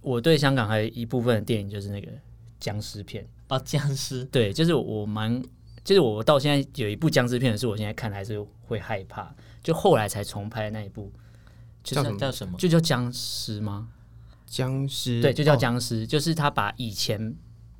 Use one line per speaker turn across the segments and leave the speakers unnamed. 我对香港还有一部分的电影就是那个僵尸片，
哦，僵尸，
对，就是我蛮，就是我到现在有一部僵尸片是我现在看还是会害怕，就后来才重拍的那一部，
就
叫
是
什么
叫什么？
就叫僵尸吗？
僵尸
对，就叫
嗯哦
僵尸，就是他把以前。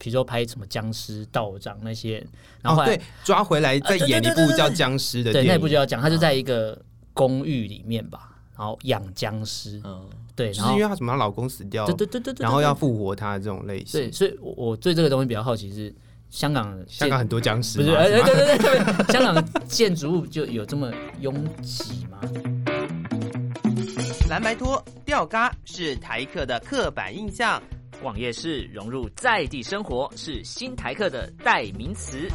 比如说拍什么僵尸道长那些，然后后
哦
来、呃
对抓回来再
对对
演一
对对
部
对
叫
对
僵尸的
对
电
那
影，啊
部就要讲，他就在一个公寓里面吧，然后养僵尸，
嗯，
对，
就
然后
是因为她什么她老公死掉
对，对对对对，
然后
对
要复活他这种类型
对，。所以我我对这个东西比较好奇是香港的
香港很多僵尸
不是，
嘛
哎、哎
吗
对对对对，香港建筑物就有这么拥挤吗？
蓝白拖、吊嘎是台客的刻板印象。
网页式融入在地生活是新台客的代名词。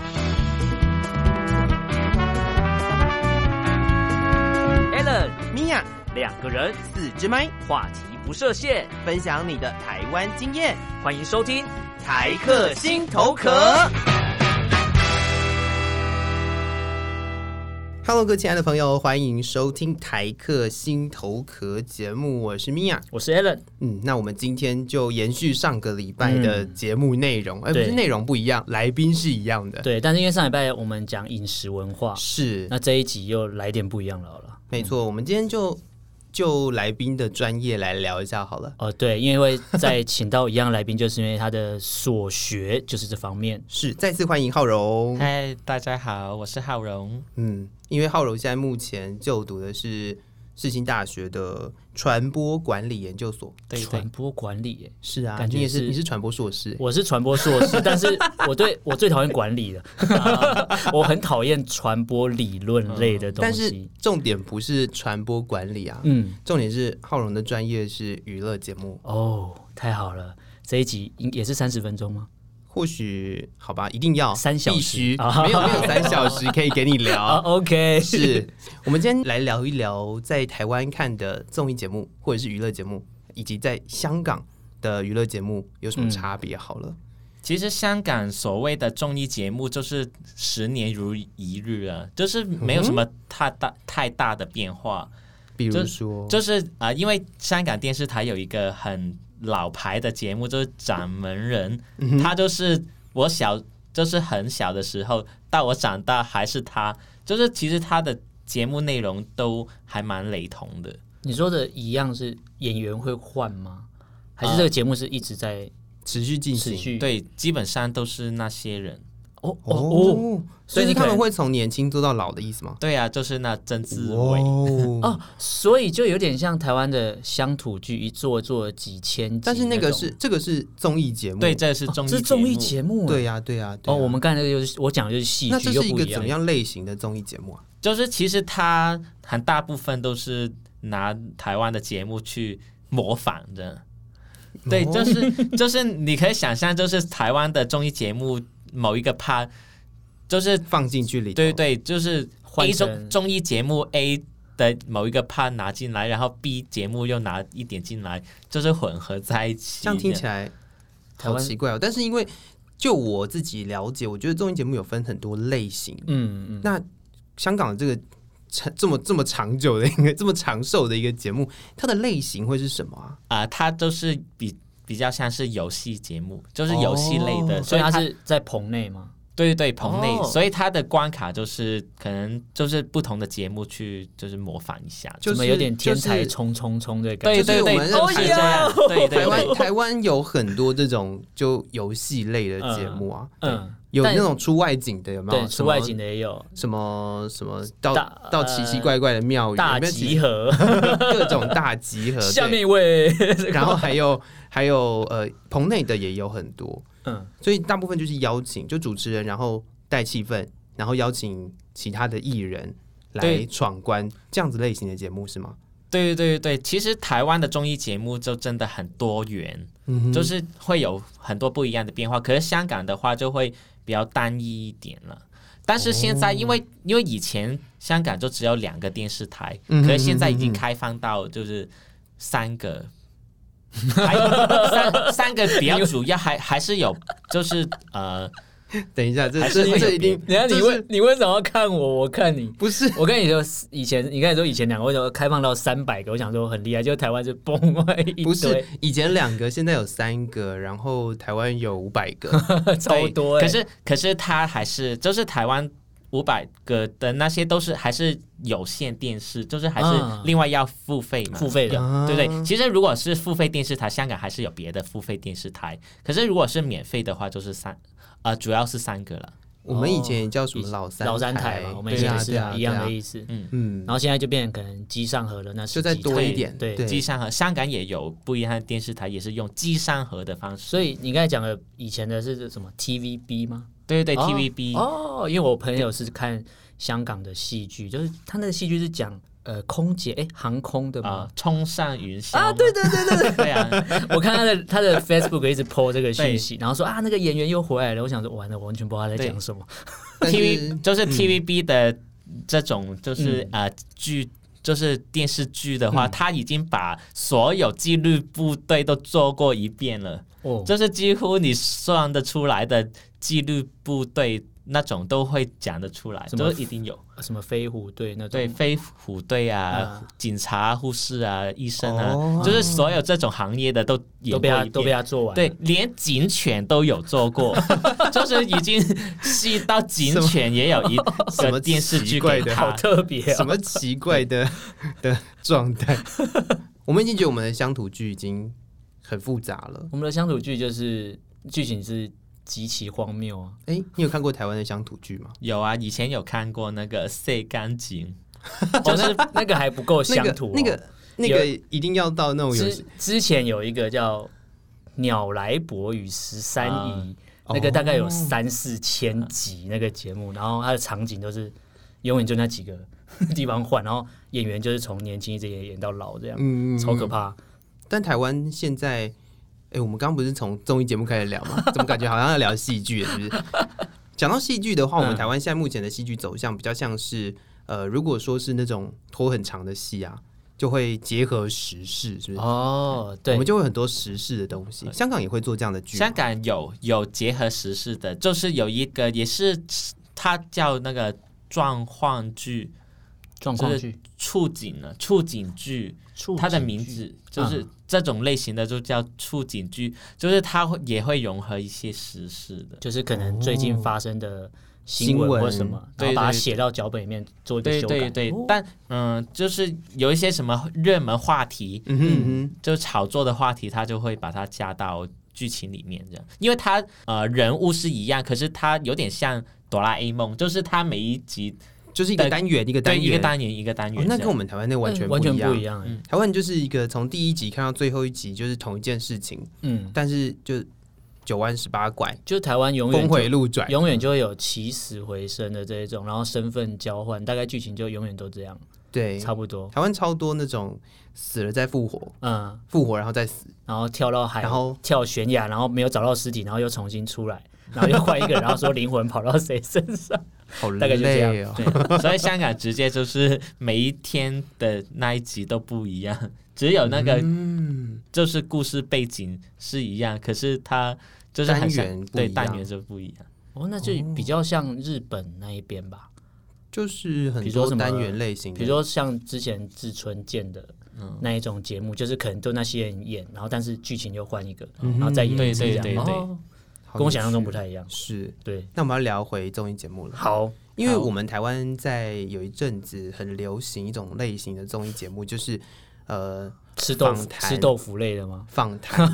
Allen
米娅，
两个人
四支麦，
话题不设限，
分享你的台湾经验，
欢迎收听。
台客心头壳。
Hello，各位亲爱的朋友，欢迎收听台客心头壳节目，我是米娅。
我是 Alan，
嗯，那我们今天就延续上个礼拜的节目内容，哎而、不是
嗯对
内容不一样，来宾是一样的。
对，但嗯是因为上礼拜我们讲饮食文化，
是
那这一集又来点不一样了好了。
没错，我们今天就就来宾的专业来聊一下好了。
哦，对，因为在请到一样来宾，就是因为他的所学就是这方面。
是，再次欢迎浩荣。
嗨，大家好，我是浩荣，
嗯，因为浩荣现在目前就读的是世新大学的传播管理研究所。
对对
传，播管理耶，
是啊，
感觉
你也是
是
你是传播硕士、
我是传播硕士，但是我对我最讨厌管理了，我很讨厌传播理论类的东
但是
西。
重点不是传播管理啊，
嗯，
重点是浩荣的专业是娱乐节目，
哦，太好了，这一集应也是三十分钟吗？
或许好吧，一定要
三小时
必须
啊
没有没有三小时可以给你
啊
聊。
，OK，
是我们今天来聊一聊在台湾看的综艺节目或者是娱乐节目，以及在香港的娱乐节目
嗯
有什么差别？好了，
其实香港所谓的综艺节目就是十年如一日啊，就是没有什么太大、太大的变化，
比如
这
说，
就是啊、呃因为香港电视台有一个很老牌的节目，就是《掌门人》他就是我小，就是很小的时候，到我长大还是他，就是其实他的节目内容都还蛮雷同的。
你说的一样是演员会换吗？还是
啊
这
呃
个节目是一直在
持续进
持
行。
续？，
对，基本上都是那些人。
哦哦哦
哦，
所
所
以
以
你可
他
能
们会从年轻做到老的意思吗？
对啊，就是那曾志伟。
哦
哦，所以就有点像台湾的乡土剧，一做做几千集种，哦
但是那个是这个是综艺节目，
对，这是综艺、
这是综艺节目啊，
对呀、对呀、对
哦，
呀
我们刚才那个就是我讲的就是戏
那
剧，
这
又
是一
不
个
一
怎么样类型的综艺节目啊？
就是其实它很大部分都是拿台湾的节目去模仿的。对，
哦
就是就是你可以想象，就是台湾的综艺节目某一个 part，就是
放进去里头，
对对，就是 A
换成
综综艺节目 A 的某一个 part 拿进来，然后 B 节目又拿一点进来，就是混合在一起。
这样听起来
台
好
湾
奇怪哦。但是因为就我自己了解，我觉得综艺节目有分很多类型。
嗯嗯，
那香港这个长这么这么长久的一个这么长寿的一个节目，它的类型会是什么啊？
啊、它都是比比较像是游戏节目，就是游戏类的，
哦
所以
它
他是在棚内吗？
对对对，棚内，
哦
所以它的关卡就是可能就是不同的节目去就是模仿一下，
就
怎
是
么有点天才
就是
冲冲冲的感
对
觉？
对
就是我啊
对，
们
都是
哦
这样，对对
台湾
对，
台湾有很多这种就游戏类的节目啊，
嗯，
有
但
那种出外景的有没有？
对，出外景的也有
什么什么到
大呃
到奇奇怪怪的庙宇，
大
有没有
集合，
各种大集合。对
下面一位，
然后还有还有呃，棚内的也有很多，
嗯。
所以大部分就是邀请就主持人，然后带气氛，然后邀请其他的艺人来
对
闯关，这样子类型的节目是吗？
对对对对，其实台湾的综艺节目就真的很多元，
嗯
就是会有很多不一样的变化。可是香港的话就会比较单一一点了。但是现
哦
在，因为、因为以前香港就只有两个电视台，
嗯
可是现在已
嗯嗯
经
嗯
开放到就是三个， 还有三三个比较主要，还还是有就是呃
等一下，这
还
这
是会有
这一定，
等一下
这
你
是
问你为什么要看我？我看你。
不是？
我跟你说，以前你刚才说以前两个为什么开放到三百个？我想说很厉害，就台湾就崩了一
不是
堆，
以前两个，现在有三个，然后台湾有五百个，
超多、欸。
可是可是它还是就是台湾五百个的那些都是还是有线电视，就是还是
嗯
另外要付费嘛，
付费的，嗯
嗯
对不对？其实如果是付费电视台，香港还是有别的付费电视台，可是如果是免费的话，就是三呃主要是三个了，
我们以前也叫什么老三
哦老三台
台
嘛，我们以前也是
对啊对啊
一样的
对啊
意思。
嗯，
然后现在就变成可能机上盒的那
就
十
再
几
多
台
一点，
对
机上盒香港也有不一样的电视台，也是用机上盒的方式，
所以你刚才讲的以前的是什么 TVB 吗？
对对对、
哦
TVB
哦，因为我朋友是看香港的戏剧，就是他那个戏剧是讲呃空姐哎航空的
啊
嘛。，
冲上云霄
啊，对对对对
对对啊，
我看他的他的 Facebook 一直 po 这个讯息，然后说啊那个演员又回来了，我想说完了，我完全不知道他在讲什么。
但是
TV 就是
嗯
TVB 的这种就是、呃剧。就是电视剧的
嗯
话，他已经把所有纪律部队都做过一遍了，
哦，
就是几乎你算得出来的纪律部队那种都会讲得出来，
什么
都一定有。
什么飞虎队那种，
对，飞虎队啊，
啊
警察、护士啊、医生啊，
哦
就是所有这种行业的都
都
演过
被他
一遍
都被他做完了。
对，连警犬都有做过， 就是已经细到警犬也有一
什么
个电视
奇
剧
怪
给
的
好
他。
特别
什
哦。
么奇怪 的的状态？我们已经觉得我们的乡土剧已经很复杂了。
我们的乡土剧就是剧情是极其荒谬 啊，
哎，你有看过台湾的乡土剧吗？
有啊，以前有看过那个《塞干井
就是哦那个还不够乡
那个
土哦、
那个那个一定要到那种有
之之前有一个叫《鸟来伯与十三姨》，
啊
那个大概有三四千集那个节目，然后它的场景都是永远就那几个地方换，然后演员就是从年轻一直演演到老这样，
嗯嗯
超可怕。
但台湾现在，哎，我们刚刚不是从综艺节目开始聊吗？怎么感觉好像要聊戏剧了，是不是？讲到戏剧的话，我们台湾现在目前的戏剧走向比较像是，呃，如果说是那种拖很长的戏啊，就会结合时事，是不是？
哦，
我
对
们，就会很多时事的东西。香港也会做这样的》，剧吗，
香港有有结合时事的，就是有一个也是它叫那个状况剧、
状
况
况
剧
剧，
触景了、触景剧，
触
它的
景
名
剧
字就是
啊
嗯
这种类型的，就叫触景剧，就是它会也会融合一些时事的。
就是可能最近发生的新
新
闻
闻
或什么，
对
然后把它
对
写到脚本里面做一个
对
修改。哦
对
哦
对，但嗯，就是有一些什么热门话题，
嗯哼嗯哼，
就炒作的话题，他就会把它加到剧情里面，这样，因为他呃人物是一样，可是他有点像哆啦 A 梦，就是他每一集
就是一个
对
单元一个单
对
元
一个单元一个单元
哦
这样、
那跟我们台湾那个完全
完全
不
不一
样。
样欸。
嗯
台湾就是一个从第一集看到最后一集就是同一件事情，
嗯，
但是就九弯十八拐，
就台湾永远
峰
就
回路转。
永远就会有起死回生的这一种，然后身份交换，大概剧情就永远都这样，
对，
差不多。
台湾超多那种死了再复活，
嗯，
复活然后再死，
然后跳到海，
然后
跳悬崖，然后没有找到尸体，然后又重新出来，然后又换一个人，然后说灵魂跑到谁身上，
好
大概就这
累
样
哦。。
对，所以香港直接就是每一天的那一集都不一样，只有那个
嗯，
就是故事背景是一样，可是它就是很像
单元不一
对
样
单元就不一样。
哦，那就比较像日本那一边吧，
就是很
比如说
多
什么
单元类型的，
比如说像之前志村健的那一种节目，就是可能都那些人演，然后但是剧情又换一个，然后再演一次
对
这样，
对对嗯对
哦
好有趣
跟我想象中不太一样。
是。
对，
那我们要聊回综艺节目了。
好，
因为我们台湾在有一阵子很流行一种类型的综艺节目，就是呃
吃豆腐
访谈
吃豆腐类的吗？
访谈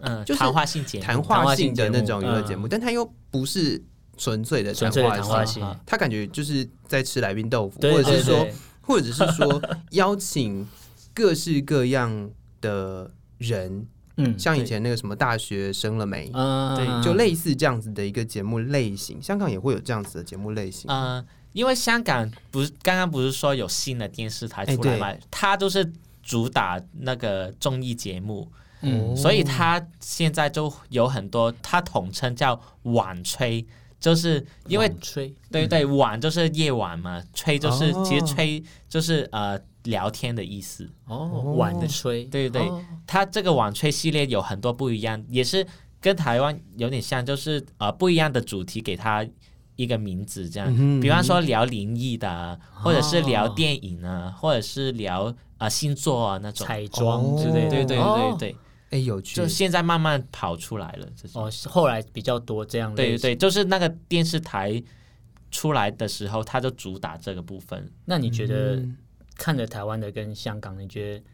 嗯，
哦就是
谈话性节目，
谈话性的那种
谈话性节目嗯
娱乐节目，但它又不是纯粹的
纯
谈
粹的
话
谈话
性，
性，
它感觉就是在吃来宾豆腐，
对
或者
对
是说
对，
或者是说邀请各式各样的人，
嗯，
像以前那个什么大学生了没，
嗯，
对，就类似这样子的一个节目类型，香港也会有这样子的节目类型，
嗯，因为香港不是刚刚不是说有新的电视台出来嘛，它就是主打那个综艺节目，
嗯
所以它现在就有很多，它统称叫晚吹，就是因为
晚吹
对对晚就是夜晚嘛，吹就是、
哦
其实吹就是呃聊天的意思，
哦，晚吹
对对对，它这个晚吹系列有很多不一样，也是跟台湾有点像，就是呃不一样的主题给它一个名字这样。
嗯哼
比方说聊灵异的、啊，或者是
哦
聊电影啊，或者是聊啊、呃星座啊那种。
彩妆之类的，
对对
哦
对对，
哎，有趣
就，现在慢慢跑出来了这种。
哦，后来比较多这样类
对
型。
对，就是那个电视台出来的时候，它就主打这个部分。
那你觉得
嗯
看着台湾的跟香港，你觉得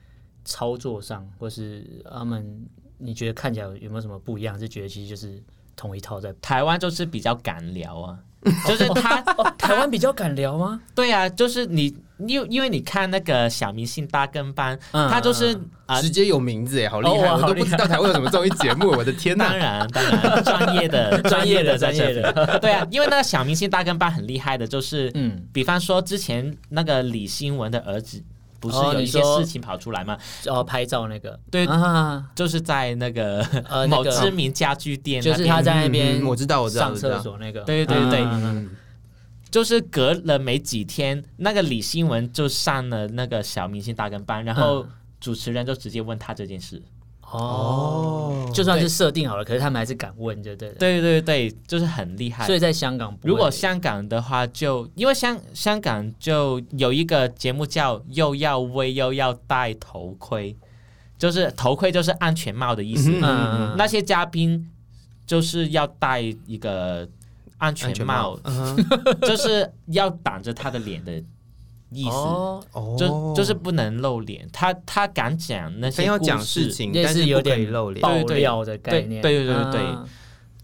操作上或是呃他们，你觉得看起来有没有什么不一样？还是觉得其实就是同一套在？
台湾就是比较敢聊 啊，就是他
台湾比较敢聊吗？
对啊，就是你，因为因为你看那个小明星大跟班，
嗯
他就是啊、
直接有名字哎，好厉
哦
害！
哇
我都
好
不
厉
知道台湾有什么综艺节目，我的天
当
呐！
然当然专业的专业的在这
专业
里，对啊，因为那个小明星大跟班很厉害的，就是
嗯，
比方说之前那个李新文的儿子。不是
哦
有一
你
些
说
事情跑出来吗？
哦，拍照那个，
对
啊，
就是在那个、
呃那
某
个
知名家具店那
就是
边，
他在那边
嗯我知道我知道
上
我知道
厕所那个，
对对对
嗯嗯嗯
嗯，
就是隔了没几天，那个李新文就上了那个小明星大跟班，然后
嗯
主持人就直接问他这件事。
哦，就算是设定好了，可是他们还是敢问，对对对。
对对对，就是很厉害。
所以在香港不会，
如果香港的话就，因为香香港就有一个节目叫“又要威又要戴头盔”，就是头盔就是安全帽的意思。
嗯
嗯
那些嘉宾就是要戴一个安全
安全
帽
帽，，嗯哼
就是要挡着他的脸的意思。
哦，
哦
就就是不能露脸，他他敢讲那些
非要
故
讲
事
事，情，
类
但
似
是
有
不可以
点
露脸。
爆料的概念，
对对对对对
啊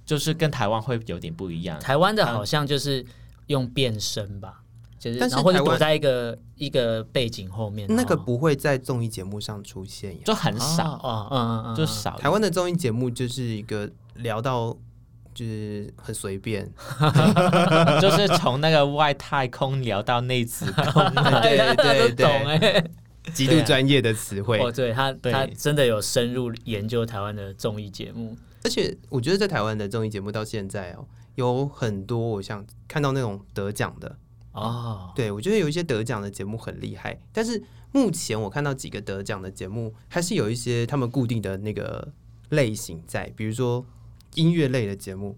就是跟台湾会有点不一样。
台湾的好像就是用变身吧，就是
但是
然后或者
台湾
躲在一个一个背景后面，
那个
然后
不会在综艺节目上出现呀。
就很
啊
哦
少，
哦嗯嗯嗯，
就
嗯
少。
台湾的综艺节目就是一个聊到就是很随便，
就是从那个外太空聊到内子宫，
对
大家都
对
懂
对，
哎，
极度专业的词汇。
哦，对他
对
他真的有深入研究台湾的综艺节目，
而且我觉得在台湾的综艺节目到现在哦，有很多我想看到那种得奖的，
哦，
对我觉得有一些得奖的节目很厉害，但是目前我看到几个得奖的节目，还是有一些他们固定的那个类型在，比如说音乐类的节目，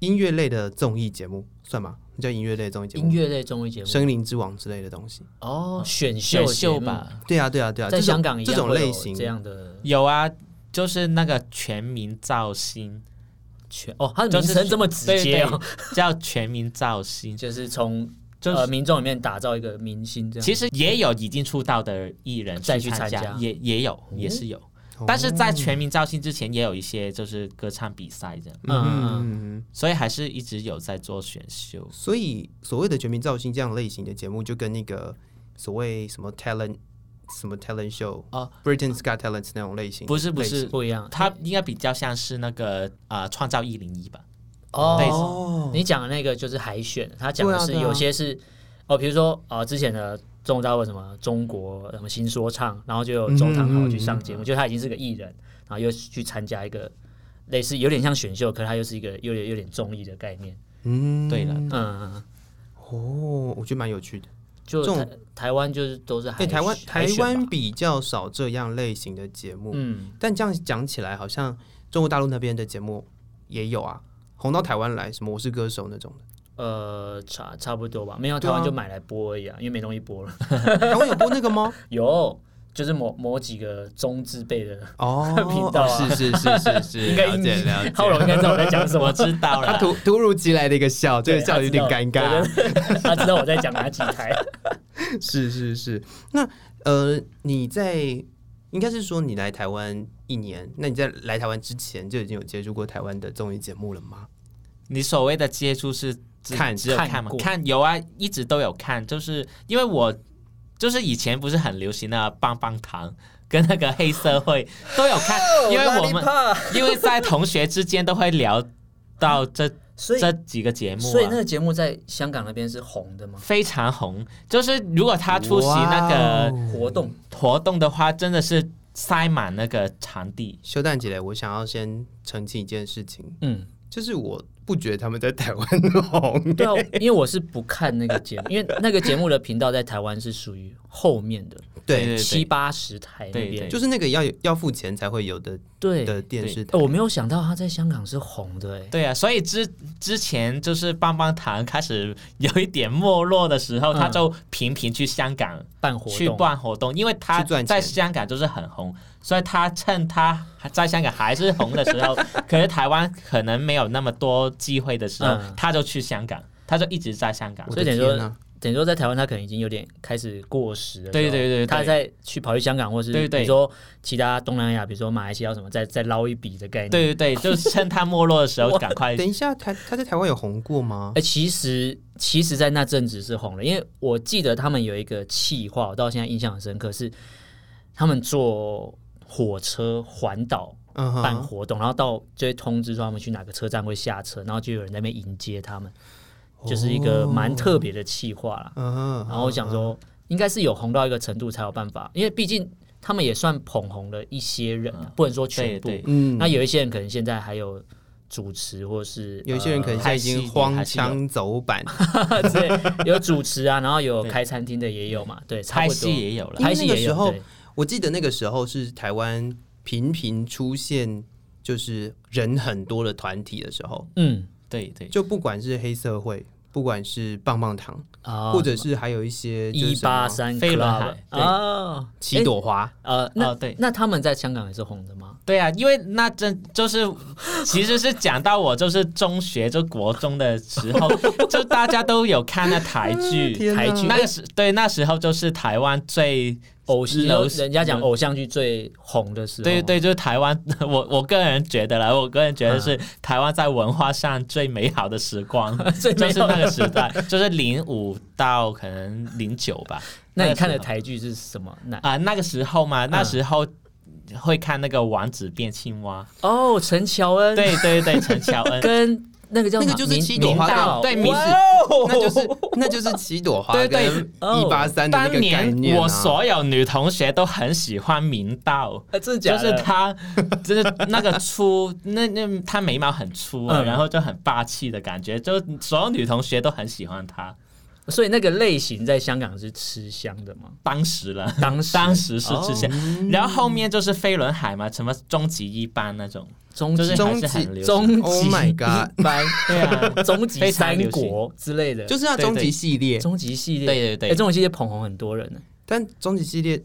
音乐类的综艺节目算吗？那叫音乐类综艺节目，
音乐类综艺节目，
森林之王之类的东西。
哦，选 秀
选秀
节目
吧，
对啊，对啊，对啊，
在
这种
香港一
这
样
种
会有
类型
这样的
有啊，就是那个全民造星，
全哦，他的
就
名
是
称这么直接
对
哦，
对叫全民造星。
就是从
就是
呃民众里面打造一个明星这样，
其实也有已经出道的艺人
再去
参
参加哦
也也有，也是有。但是
哦
在全民造星之前，也有一些就是歌唱比赛这样，
嗯嗯嗯。
嗯，
所以还是一直有在做选秀。
所以所谓的全民造星这样类型的节目，就跟那个所谓什么 talent 什么 talent show
哦
Britain's Got Talent 那种类型，
不是不
类
是，
啊不一样，
它应该比较像是那个啊、呃创造一零 一吧。类似
哦，
哦，
你讲的那个就是海选，他讲的
对啊
是
对啊
有些是、哦，比如说呃之前的中国大陆什么中国什么新说唱，然后就有周汤豪去上节目，就他已经是个艺人，然后又去参加一个类似有点像选秀，可是他又是一个有点有点综艺的概念，
嗯
对了
嗯嗯，嗯
哦，我觉得蛮有趣的。
就
这种
台台湾就是都是海
哎，
选、
台湾台
海选吧
湾比较少这样类型的节目，
嗯
但这样讲起来，好像中国大陆那边的节目也有啊，红到台湾来，什么我是歌手那种 的。
呃差差不多吧，没有
对
台
啊
湾就买来播而已啊，因为没东西播了，
台湾有播那 个吗？
有就是某某几个中字辈的。
哦，
频道啊
是是是是是，
应该
了解了解。
浩龙应该知道我在讲什么
我， 知道
他
了，
突突如其来的一个笑，这
对
个笑有点尴尬。，
他知道对对对他知道我在讲哪几 台。
是是是，那呃，你在应该是说你来台湾一年，那你在来台湾之前就已经有接触过台湾的综艺节目了吗？
你所谓的接触是只
看
只有
看
看吗
过？
看有啊，一直都有看，就是因为我就是以前不是很流行那棒棒糖跟那个黑社会都有 看，
哦
因为我们因为在同学之间都会聊到这
所以
这几个节目、
所以那
啊。
个节目在香港那边是红的吗？
非常红，就是如果他出席那个
活动
活动的话，真的是塞满那个场地。
修蛋姐嘞，我想要先澄清一件事情，
嗯
就是我不觉得他们在台湾红。
对啊，因为我是不看那个节目，因为那个节目的频道在台湾是属于后面的
对对
七八十台那
对
边。
就是那个要要付钱才会有的
对，
的电视台
哦，我没有想到他在香港是红的哎。
对啊，所以之之前就是棒棒糖开始有一点没落的时
嗯
候，他就频频去香港
办活
去
动，
办活动，因为他
去赚钱
在香港就是很红，所以他趁他在香港还是红的时候，可是台湾可能没有那么多机会的时候，
嗯
他就去香港，他就一直在香港
我。
所
的
以等于
天
说
啊，
等于说在台湾他可能已经有点开始过时了。
对对对对
他在去跑去香港，或是
对对
比如说其他东南亚，比如说马来西亚什么，再再捞一笔的概念。
对对对，就是趁他没落的时候赶快。
等一下，台他在台湾有红过吗
哎、？其实其实，在那阵子是红了，因为我记得他们有一个企划，我到现在印象很深刻，是他们坐火车环岛
嗯
办
哼，
活动，然后到就会通知说他们去哪个车站会下车，然后就有人在那边迎接他们，就是一
哦
个蛮特别的企划啦。
嗯哼，
然后我想说，应该是有红到一个程度才有办法，因为毕竟他们也算捧红了一些人啊，不能说全
对
部。
对，
嗯，
那有一些人可能现在还有主持，或是
有一些人可能现在已经荒腔走板，
呃对有主持啊，然后有
对
开餐厅的也有嘛，对，差
拍
不多
戏也有了
因。
拍
为
戏
那个
也
时
有。
候
对，
我记得那个时候是台湾频频出现就是人很多的团体的时候，
嗯
对对，
就不管是黑社会，不管是棒棒糖，
啊，
或者是还有一些就是
一
什么
八三
飞轮
club
海对
啊，
七朵花，
呃，那
哦对
那他们在香港也是红的吗？
对啊，因为那真就是，其实是讲到我就是中学就国中的时 候，就大家都有看那台剧，
天哪
台剧
那个时对那时候就是台湾最
偶像
有
人家讲偶像剧最红的时候，
对对，就是台湾， 我我个人觉得啦，我个人觉得
嗯
是台湾在文化上最美好的时光，
最美
就
好的
是那个时代，就是零五到可能零九吧。
那你看的
的
台剧是什么？那
啊、那个时候嘛，那时候会看那个《王子变青蛙
哦，陈乔》，恩
对对对，陈乔 恩，
跟那个叫什么
那个就是
明
七朵花
明道
对
哇
明
那就是那就是七朵花
对对
跟
哦
一八三的那
当
个概
年
念啊。
我所有女同学都很喜欢明道。
啊真的
就
假
是
的？
她，就是那个粗，那那她眉毛很粗、啊，
嗯
然后就很霸气的感觉，就所有女同学都很喜欢她。
所以那个类型在香港是吃香的吗？
当时了，
当时哦
当时是之前，然后后面就是飞轮海嘛，什么终极一班那种，
终
就是
极
还是很流行。
终极
Oh my god
班
对啊，
终极
非常
三
流行
国之类的，
就是它
对对
终极系列，
终极系列，
对对对
哎终极系列捧红很多人呢
但终极系列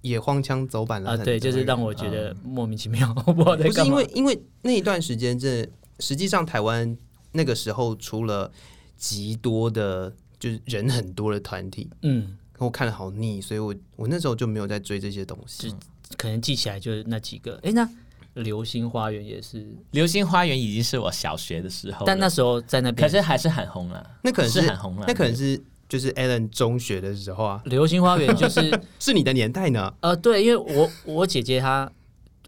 也荒腔走板了
啊，
很
对，
多
就是
人嗯
让我觉得莫名其妙， 我不知道在
不是
干
因
嘛
为因为那一段时间，真的实际上台湾那个时候出了极多的就是人很多的团体，
嗯，
我看了好腻，所以我我那时候就没有在追这些东西。
可能记起来就是那几个。哎，那流星花园也是，
流星花园已经是我小学的时候
哦
了，
但那时候在那
可
边，
是还是很红了，
那可能
是
是
很红了，
那可能是就是 Alan 中学的时候啊，
流星花园 就是
是你的年代呢。
呃，对，因为我 我姐姐她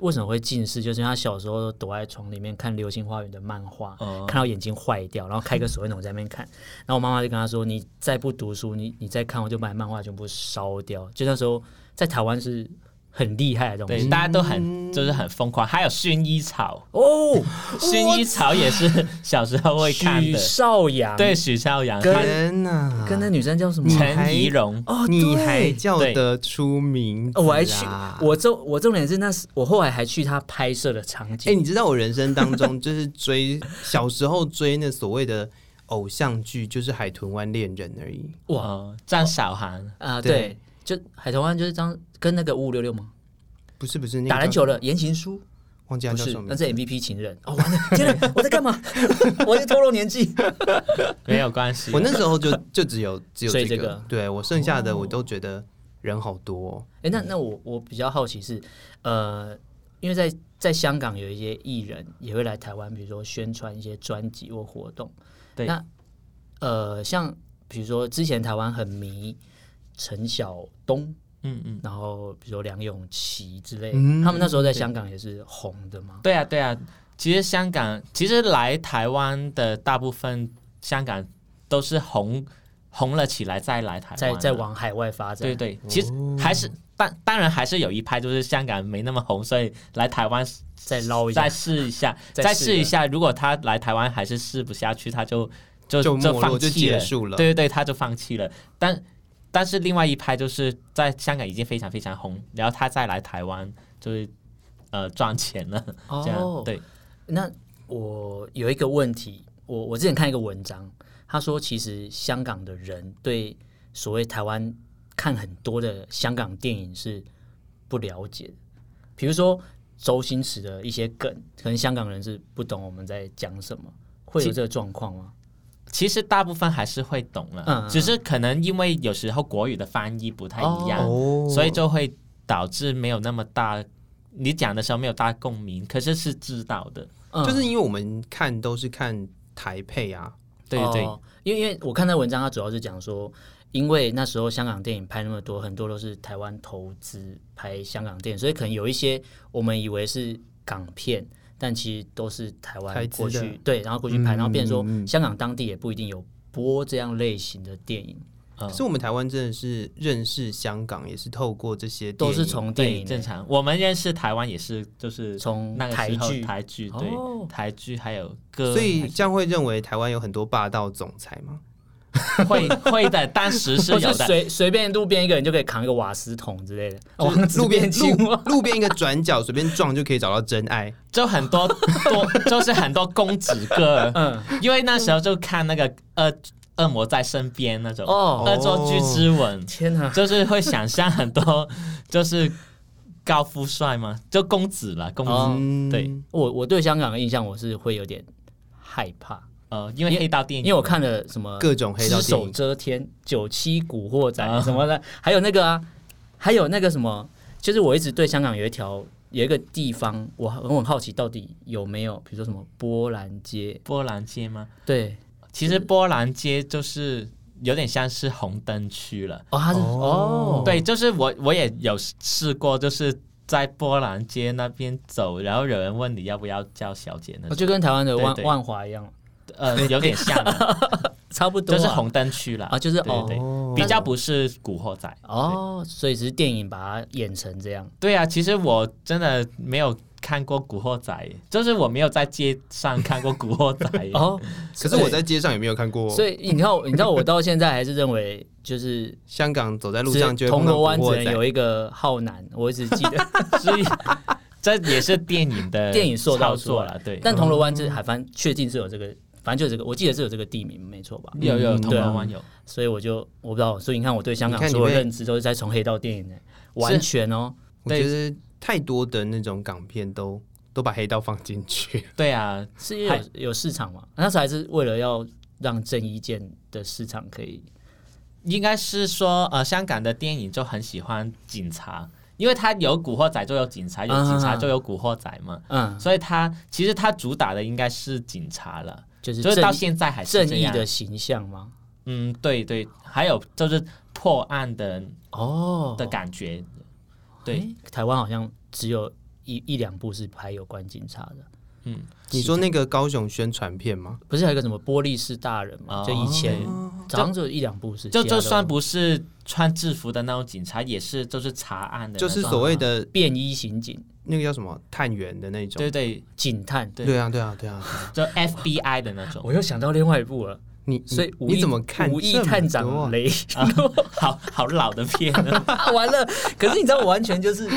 为什么会近视，就是因为她小时候躲在床里面看《流星花园》的漫画，
哦
看到眼睛坏掉，然后开个手电筒在那边看。然后我妈妈就跟她说：“你再不读书，你你再看，我就把你漫画全部烧掉。”就那时候在台湾是很厉害的东
对，
西
大家都很就是很疯狂，还有薰衣草，
哦，
薰衣草也是小时候会看
许
的，
绍洋
对，许绍洋、
跟
他
天哪，
跟那女生叫什么？
陈
陈怡蓉，
哦，
你
对
还叫得出名
哦
字啊啦？
我还去，
啊
我重我重点是那时我后来还去她拍摄的场
哎、
景，
你知道我人生当中 就是追小时候追那所谓的偶像剧，就是《海豚湾恋人》而已。
哇
哦，张韶涵，
啊，对
对，
就海豚湾就是张跟那个五五六六嘛，
不是不是，那个
打篮
叫
球的言情书
忘记他
不
叫
是
什，么
那
名
是
字。
MVP 情人哦，完了，天哪，我在干嘛？ 我在透露年纪。
没有关系
我。那时候就就只有只有
所以
这
这个哦
对我剩下的我都觉得人好多哦、
哎，那那我我比较好奇是，呃，因为在在香港有一些艺人也会来台湾，比如说宣传一些专辑或活动。
对
那呃，像比如说之前台湾很迷陈晓东，
嗯嗯，
然后比如说梁咏琪之类，
嗯
他们那时候在香港也是红的嘛。
对啊对啊，其实香港其实来台湾的大部分香港都是红红了起来再来台湾，
再再。往海外发展。
对对，其实还是当当然还是有一派就是香港没那么红，所以来台湾
再捞一下
再。试一下，
再
再
试
试
一
一
下
下。如果他来台湾还是试不下去，他就就
就没落
放
就
弃
结
了。
束了
对对对，他就放弃了。但但是另外一派就是在香港已经非常非常红，然后他再来台湾就是呃赚钱了，这样、
哦，
对。
那我有一个问题，我我之前看一个文章，他说其实香港的人对所谓台湾看很多的香港电影是不了解的，比如说周星驰的一些梗，可能香港人是不懂我们在讲什么，会有
其
这个状况吗？
其实大部分还是会懂了，
嗯嗯嗯
只是可能因为有时候国语的翻译不太一
啊
样，
哦
所以就会导致没有那么大。你讲的时候没有大共鸣，可是是知道的，
嗯
就是因为我们看都是看台配啊，
对对对。
哦因为因为我看那文章，它主要是讲说，因为那时候香港电影拍那么多，很多都是台湾投资拍香港电影，所以可能有一些我们以为是港片，但其实都是台
台
湾
资
过
的
去对，然后过去拍，然后变成
嗯
说
嗯嗯
香港当地也不一定有播这样类型的电影，
嗯
可是我们台湾真的是认识香港，也是透过这些电
都
影
是从电
对，
影
正常。我们认识台湾也是，就是
从
那个
台
时候
剧
台剧对、
哦
台剧还有歌，
所以这样会认为台湾有很多霸道总裁 吗？
会会的，当时是
或
有
是
的。
随随便路边一个人就可以扛一个瓦斯桶之类的，
就
哦
是路边
青
路
蛙。
路边一个转角随便撞就可以找到真爱，
就很多 多，就是很多公子哥，
嗯
因为那时候就看那个恶恶魔在身边那种
哦
恶作剧之吻，
天哪！
就是会想象很多，就是高富帅嘛，就公子啦，公子、
哦
嗯，
对，
我我对香港的印象，我是会有点害怕，
呃，因为黑道电影，
因为我看了什么
各种黑道
只
电
手
影，
遮天、九七古惑仔
啊
什么的，还有那个啊，还有那个什么，就是我一直对香港有一条有一个地方，我很我很好奇到底有没有，比如说什么波兰街，
波兰街吗？
对，
其实波兰街就是有点像是红灯区了。
哦，它是
哦
哦，
对，就是我我也有试过，就是在波兰街那边走，然后有人问你要不要叫小姐
哦，
那种，
就跟台湾的万
对对
万华一样，
呃，有点像 啊，
差不多
就
啊，
是红灯区啦，
啊，就是
对对
哦
哦
比较不是古惑仔。
哦，所以只是电影把它演成这样，，
对啊，其实我真的没有看过古惑仔，就是我没有在街上看过古惑仔。
哦，
可是我在街上也没有看过，
所以你知道，你知道我到现在还是认为就是
香港走在路上就会
铜
碰到
锣湾只
古惑
能有
仔，
一个浩南，我一直记得。
所以 这也是电影的
电影塑造
操作
出
了，对。
但铜锣湾
嗯
这海帆确定是有这个，反正就有这个，我记得是有这个地名，没错吧？
有有
嗯
铜
对啊
锣湾有，
所以我就我不知道，所以你看我对香
你看
港
你
所有
被
认知都是在从黑道电影呢，完全哦。
我觉得太多的那种港片都 都把黑道放进去，
对啊，
是因为有有市场嘛？那时候还是为了要让郑伊健的市场可以
应该是说，呃，香港的电影就很喜欢警察，因为他有古惑仔就有警察，有警察就有古惑仔嘛，
嗯，
所以他其实他主打的应该是警察了，
就是
就是到
正
现在还是
正
这
义
样
的。形象嘛。
嗯，对对，还有就是破案的
哦
的感觉，
嗯
对，
诶台湾好像只有一一两部是拍有关警察的，
嗯，
你说那个高雄宣传片吗？
不是还有一个什么玻璃式大人嘛？
哦
就以前
对
好像只有一两部是，
就
其他
就
都
算不是穿制服的那种警察，也是就是查案的那
就
种，啊
是所谓的
便衣刑警、
那个叫什么探员的那种，
对对，
警探。
对
对啊，对啊，对啊，对啊
就 FBI 的那种，
我又想到另外一部了，
你
所以
你
无
你
意
怎么看
武义
这么
探
多啊
长雷？
好好老的片啊。
啊完了，可是你知道，我完全就是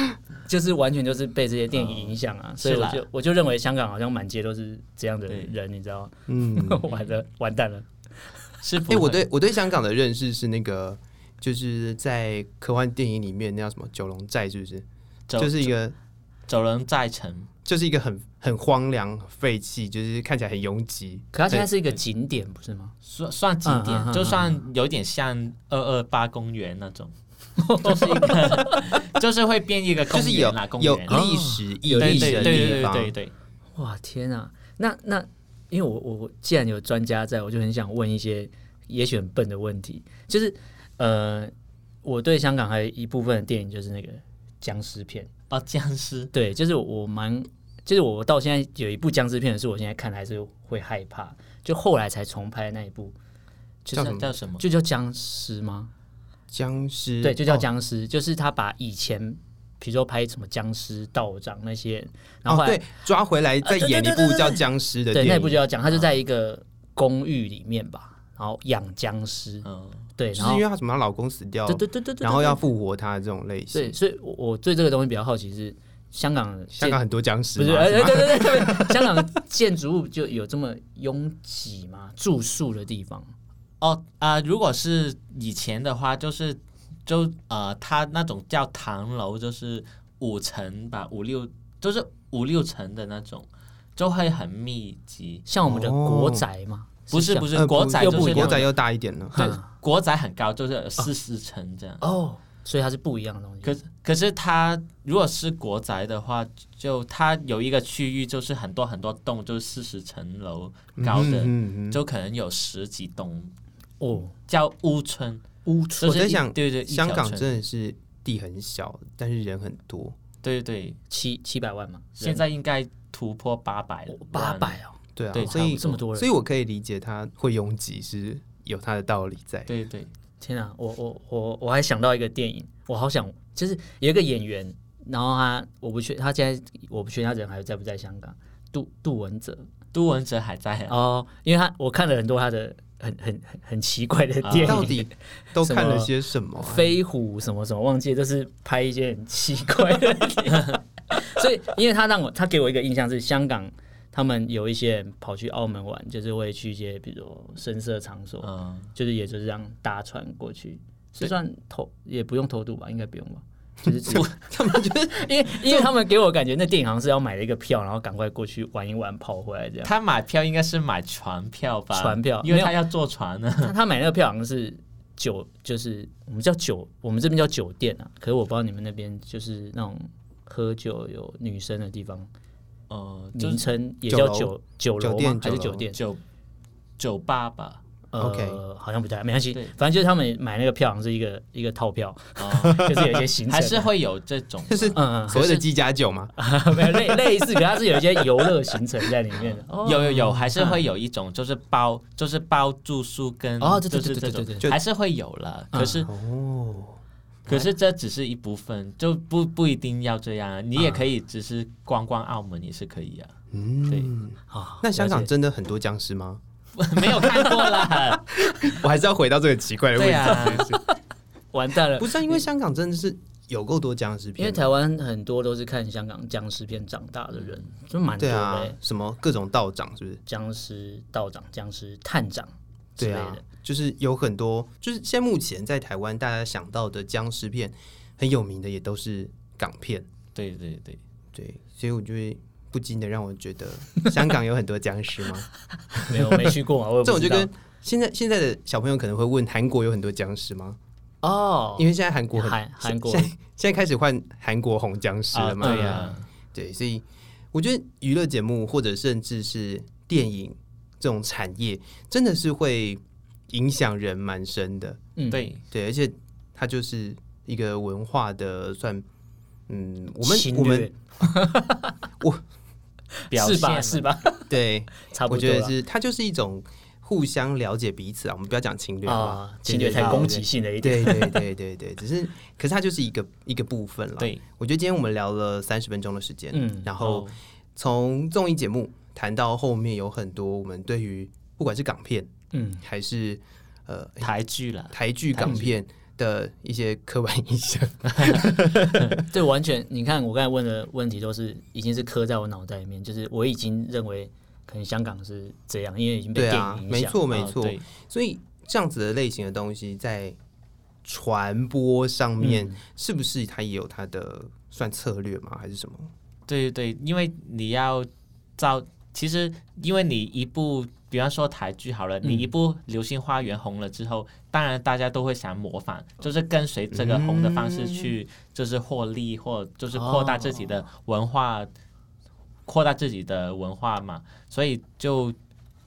就是完全就是被这些电影影响
哦
啊，所以
是
我
啦
就我就认为香港好像满街都是这样的人，你知道吗？
嗯，
完了，完蛋了，
是不
哎、
会，
我对我对香港的认识是那个，就是在科幻电影里面那叫什么《九龙寨》，是不是？
走
就是一个
走人在城，
就是一个很很荒凉、很废弃，就是看起来很拥挤。
可它现在是一个景点，不是吗？
算算景点，
嗯嗯嗯
就算有点
嗯
像二二八公园那种， 就是一个，就是会变一个
很
公
就是有
园啦，啊公
有
园啊啦，
历史意
对
义
对
的
对
地
对
方，
对对，
哇，天啊！那那因为我我我既然有专家在，我就很想问一些也许很笨的问题，就是呃，我对香港还有一部分的电影就是那个僵尸片。
哦，僵尸，
对，就是我蛮，就是我到现在有一部僵尸片的是我现在看还是会害怕，就后来才重拍的那一部，就
叫什
是
么
叫什么？
就叫僵尸吗？
僵尸
对，就叫
哦
僵尸，就是他把以前比如说拍什么僵尸道长那些，然后
哦，
后来、
对，抓回来再
啊对对
演一
对对
部
对
叫《僵尸》的啊
对
电
那
影，
一部就要讲，他就在一个公寓里面吧，然后养僵尸，
嗯，
对，
就
然
是
后
因为她什么，她老公死掉，
对对对对对，
然后
对
要复活她的这种类
对，
型。
所以我我对这个东西比较好奇是香港建
香港很多僵
不
尸
是，
嘛，
哎、
是
哎
吗
对对对对，对香港的建筑物就有这么拥挤吗？住宿的地方，
哦啊、如果是以前的话，就是就呃，它那种叫唐楼，就是五层吧，五六就是五六层的那种，就会很密集。
像我们的国宅吗？
不是
像
不是，
哦呃
国仔
又
就
不
是
一样
那
国
种
仔又大一点了，
对
嗯，
国仔很高，就是有四十层这样。
哦，所以它是不一样的东西。
可可是它如果是国宅的话，就它有一个区域就是很多很多栋，就是四十层楼高的，
嗯嗯嗯
就可能有十几栋，
哦，
叫屋村。
屋
就
村
我
是
在
一
想
对对，一
香
条
港
村
真的是地很小，但是人很多，
对对，
七七百万嘛，
现在应该突破八百了
人，八百哦，
对啊
对，
所以
这么多人
所以我可以理解他会拥挤是有他的道理在。
对对，
天啊！我我我我还想到一个电影，我好想，就是有一个演员，然后他我不确，他现在我不确定他人还在不在香港，杜杜文泽
杜文泽还在啊，
哦，因为他我看了很多他的很很很很奇怪的
啊
电影，
到底都看了些什么 啊？
飞虎什么什么忘记了，就是拍一些很奇怪的电影。 所以，因为他让我，他给我一个印象是香港，他们有一些人跑去澳门玩，就是会去一些比如说深色场
哦
所，
嗯，
就是也就是这样搭船过去，是算偷也不用偷渡吧，应该不用吧。就是只因为因为他们给我感觉那电影好像是要买了一个票，然后赶快过去玩一玩，跑回来这样。
他买票应该是买船票吧？
船票
因为
没有
他要坐船啊呢。
他他买那个票好像是酒，就是我们叫酒，我们这边叫酒店啊。可是我不知道你们那边就是那种喝酒有女生的地方，
哦，就
名
是
称也
酒
叫
楼
酒酒
酒
楼
店
吗？还是
酒
酒
楼
店？
酒酒吧吧？
呃
OK
好像不太没关系
对，
反正就是他们买那个票好像是一个一个套票，
哦
就是有一些行程啊，
还是会有这种，
就是
嗯
所谓的机加酒嘛，
嗯，没有类类似，可它是有一些游乐行程在里面的。
有有
哦
有，还是会有一种就是包，就是包住宿跟
哦对
就
对
是
对对
这种
对对
对
还是会有了。
嗯
可是
哦，
可是这只是一部分，就不不一定要这样啊，你也可以只是逛逛澳门也是可以啊。
嗯，
啊
那香港
了解
真的很多僵尸吗？
没有看 过
哎
啦，
我还是要回到这个奇怪的问
对
题。
啊，
完蛋了
不，是啊，因为香港真的是有够多僵尸
因
片啊
为
的，
台湾很多都是看香港僵尸片长大的人，就蛮多
对
的
啊
欸。，
什么各种道长是不是？
僵尸道长、僵尸探长之
对
类
啊
的。，
就是有很多，就是现在目前在台湾大家想到的僵尸片很有名的也都是港片，
对对对，
对，所以我就会不禁的让我觉得香港有很多僵尸吗？
没有没去 过嘛，我也
这
不
种就
知道
跟现在现在的小朋友可能会问韩国有很多僵尸吗？
哦，
因为现在韩国很
韩韩国
现在现在开始换韩国红僵尸
啊
了嘛，
对呀、
对，所以我觉得娱乐节目或者甚至是电影这种产业，真的是会影响人蛮深的。
嗯
对，
对，而且它就是一个文化的算，嗯，我们
侵略
我们
表
是吧
现
是
嘛？
吧，
对，
差不
我
多啊
觉得
了
是它就是一种互相了解彼此啊，我们不要讲侵略啊，
啊，侵略太攻击性了一点，
对对对对对，只是可是它就是一个一个部 分了。，
对，
我觉得今天我们聊了三十分钟的时间，
嗯
然后
哦
从综艺节目谈到后面有很多我们对于不管是港片
嗯，
还是呃
台剧啦，
台剧、港片的一些刻板印象，
对，完全你看我刚才问的问题都是已经是刻在我脑袋里面，就是我已经认为可能香港是这样，因为已经被
对
电
啊
影，影
没
响，
错没
哦
错。
对
所以这样子的类型的东西在传播上面，是不是它也有它的算策略吗？还是什么？
对对，因为你要造，其实因为你一部，比方说台剧好了，你一部《流星花园》红了之后，当然大家都会想模仿，就是跟随这个红的方式去，嗯就是获利或就是扩大自己的文化，扩大自己的文化嘛，所以就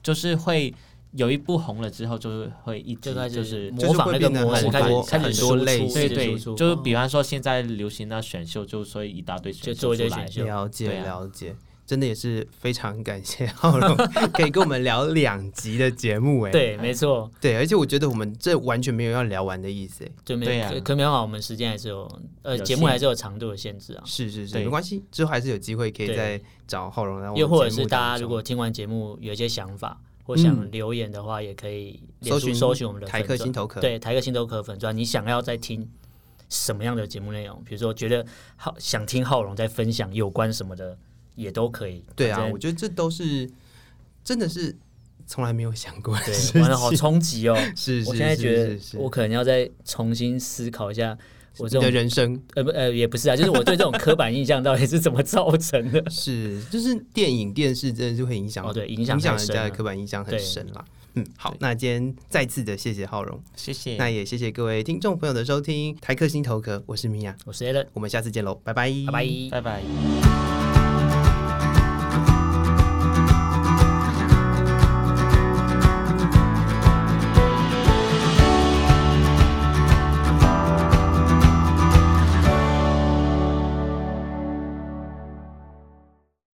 就是会。有一部红了之后，就是会一直
就开
就
始
是
模仿那个模式，
就是会
开
变
始
得
开
很
始
多
输出，
类
开
型
对
始
对，
输出
就是比方说现在流行的选秀，就所以一大堆选
就
秀
做一
出
些
来
选，秀，
了解、
对啊
了解。真的也是非常感谢浩荣 可以跟我们聊两集的节目，哎，
对，没错，
对，而且我觉得我们这完全没有要聊完的意思，哎，
就没
对啊
可可没办法，我们时间还是有呃
有
节目
限
还是有长度的限制啊。
是是是，
对
没关系，之后还是有机会可以
对
再找浩荣来我们节
又
目当中。
或者是大家如果听完节目有一些想法或想
嗯
留言的话，也可以
搜
脸书
寻
搜寻我们的
台
粉
客
专
心头壳
对台客心头壳粉专，你想要再听什么样的节目内容？比如说觉得浩想听浩荣在分享有关什么的，也都可以。
对啊
反，正
我觉得这都是真的是从来没有想过的
对，
事 情。
完了好冲击哦！
是是
我现在
是
觉
是
得
是
我可能要再重新思考一下我这
你的
种。
人生
呃不呃也不是啊，就是我对这种刻板印象到底是怎么造成的？
是就是电影电视真的是会影响
哦对影
影
响太
人
深
家的
了
刻板印象很
对
深啦。嗯，好，那今天再次的谢谢浩荣，
谢谢，
那也谢谢各位听众朋友的收听，台客心头壳，我是米娅，
我是 a l
我们下次见喽，拜拜，
拜拜。
拜拜。
拜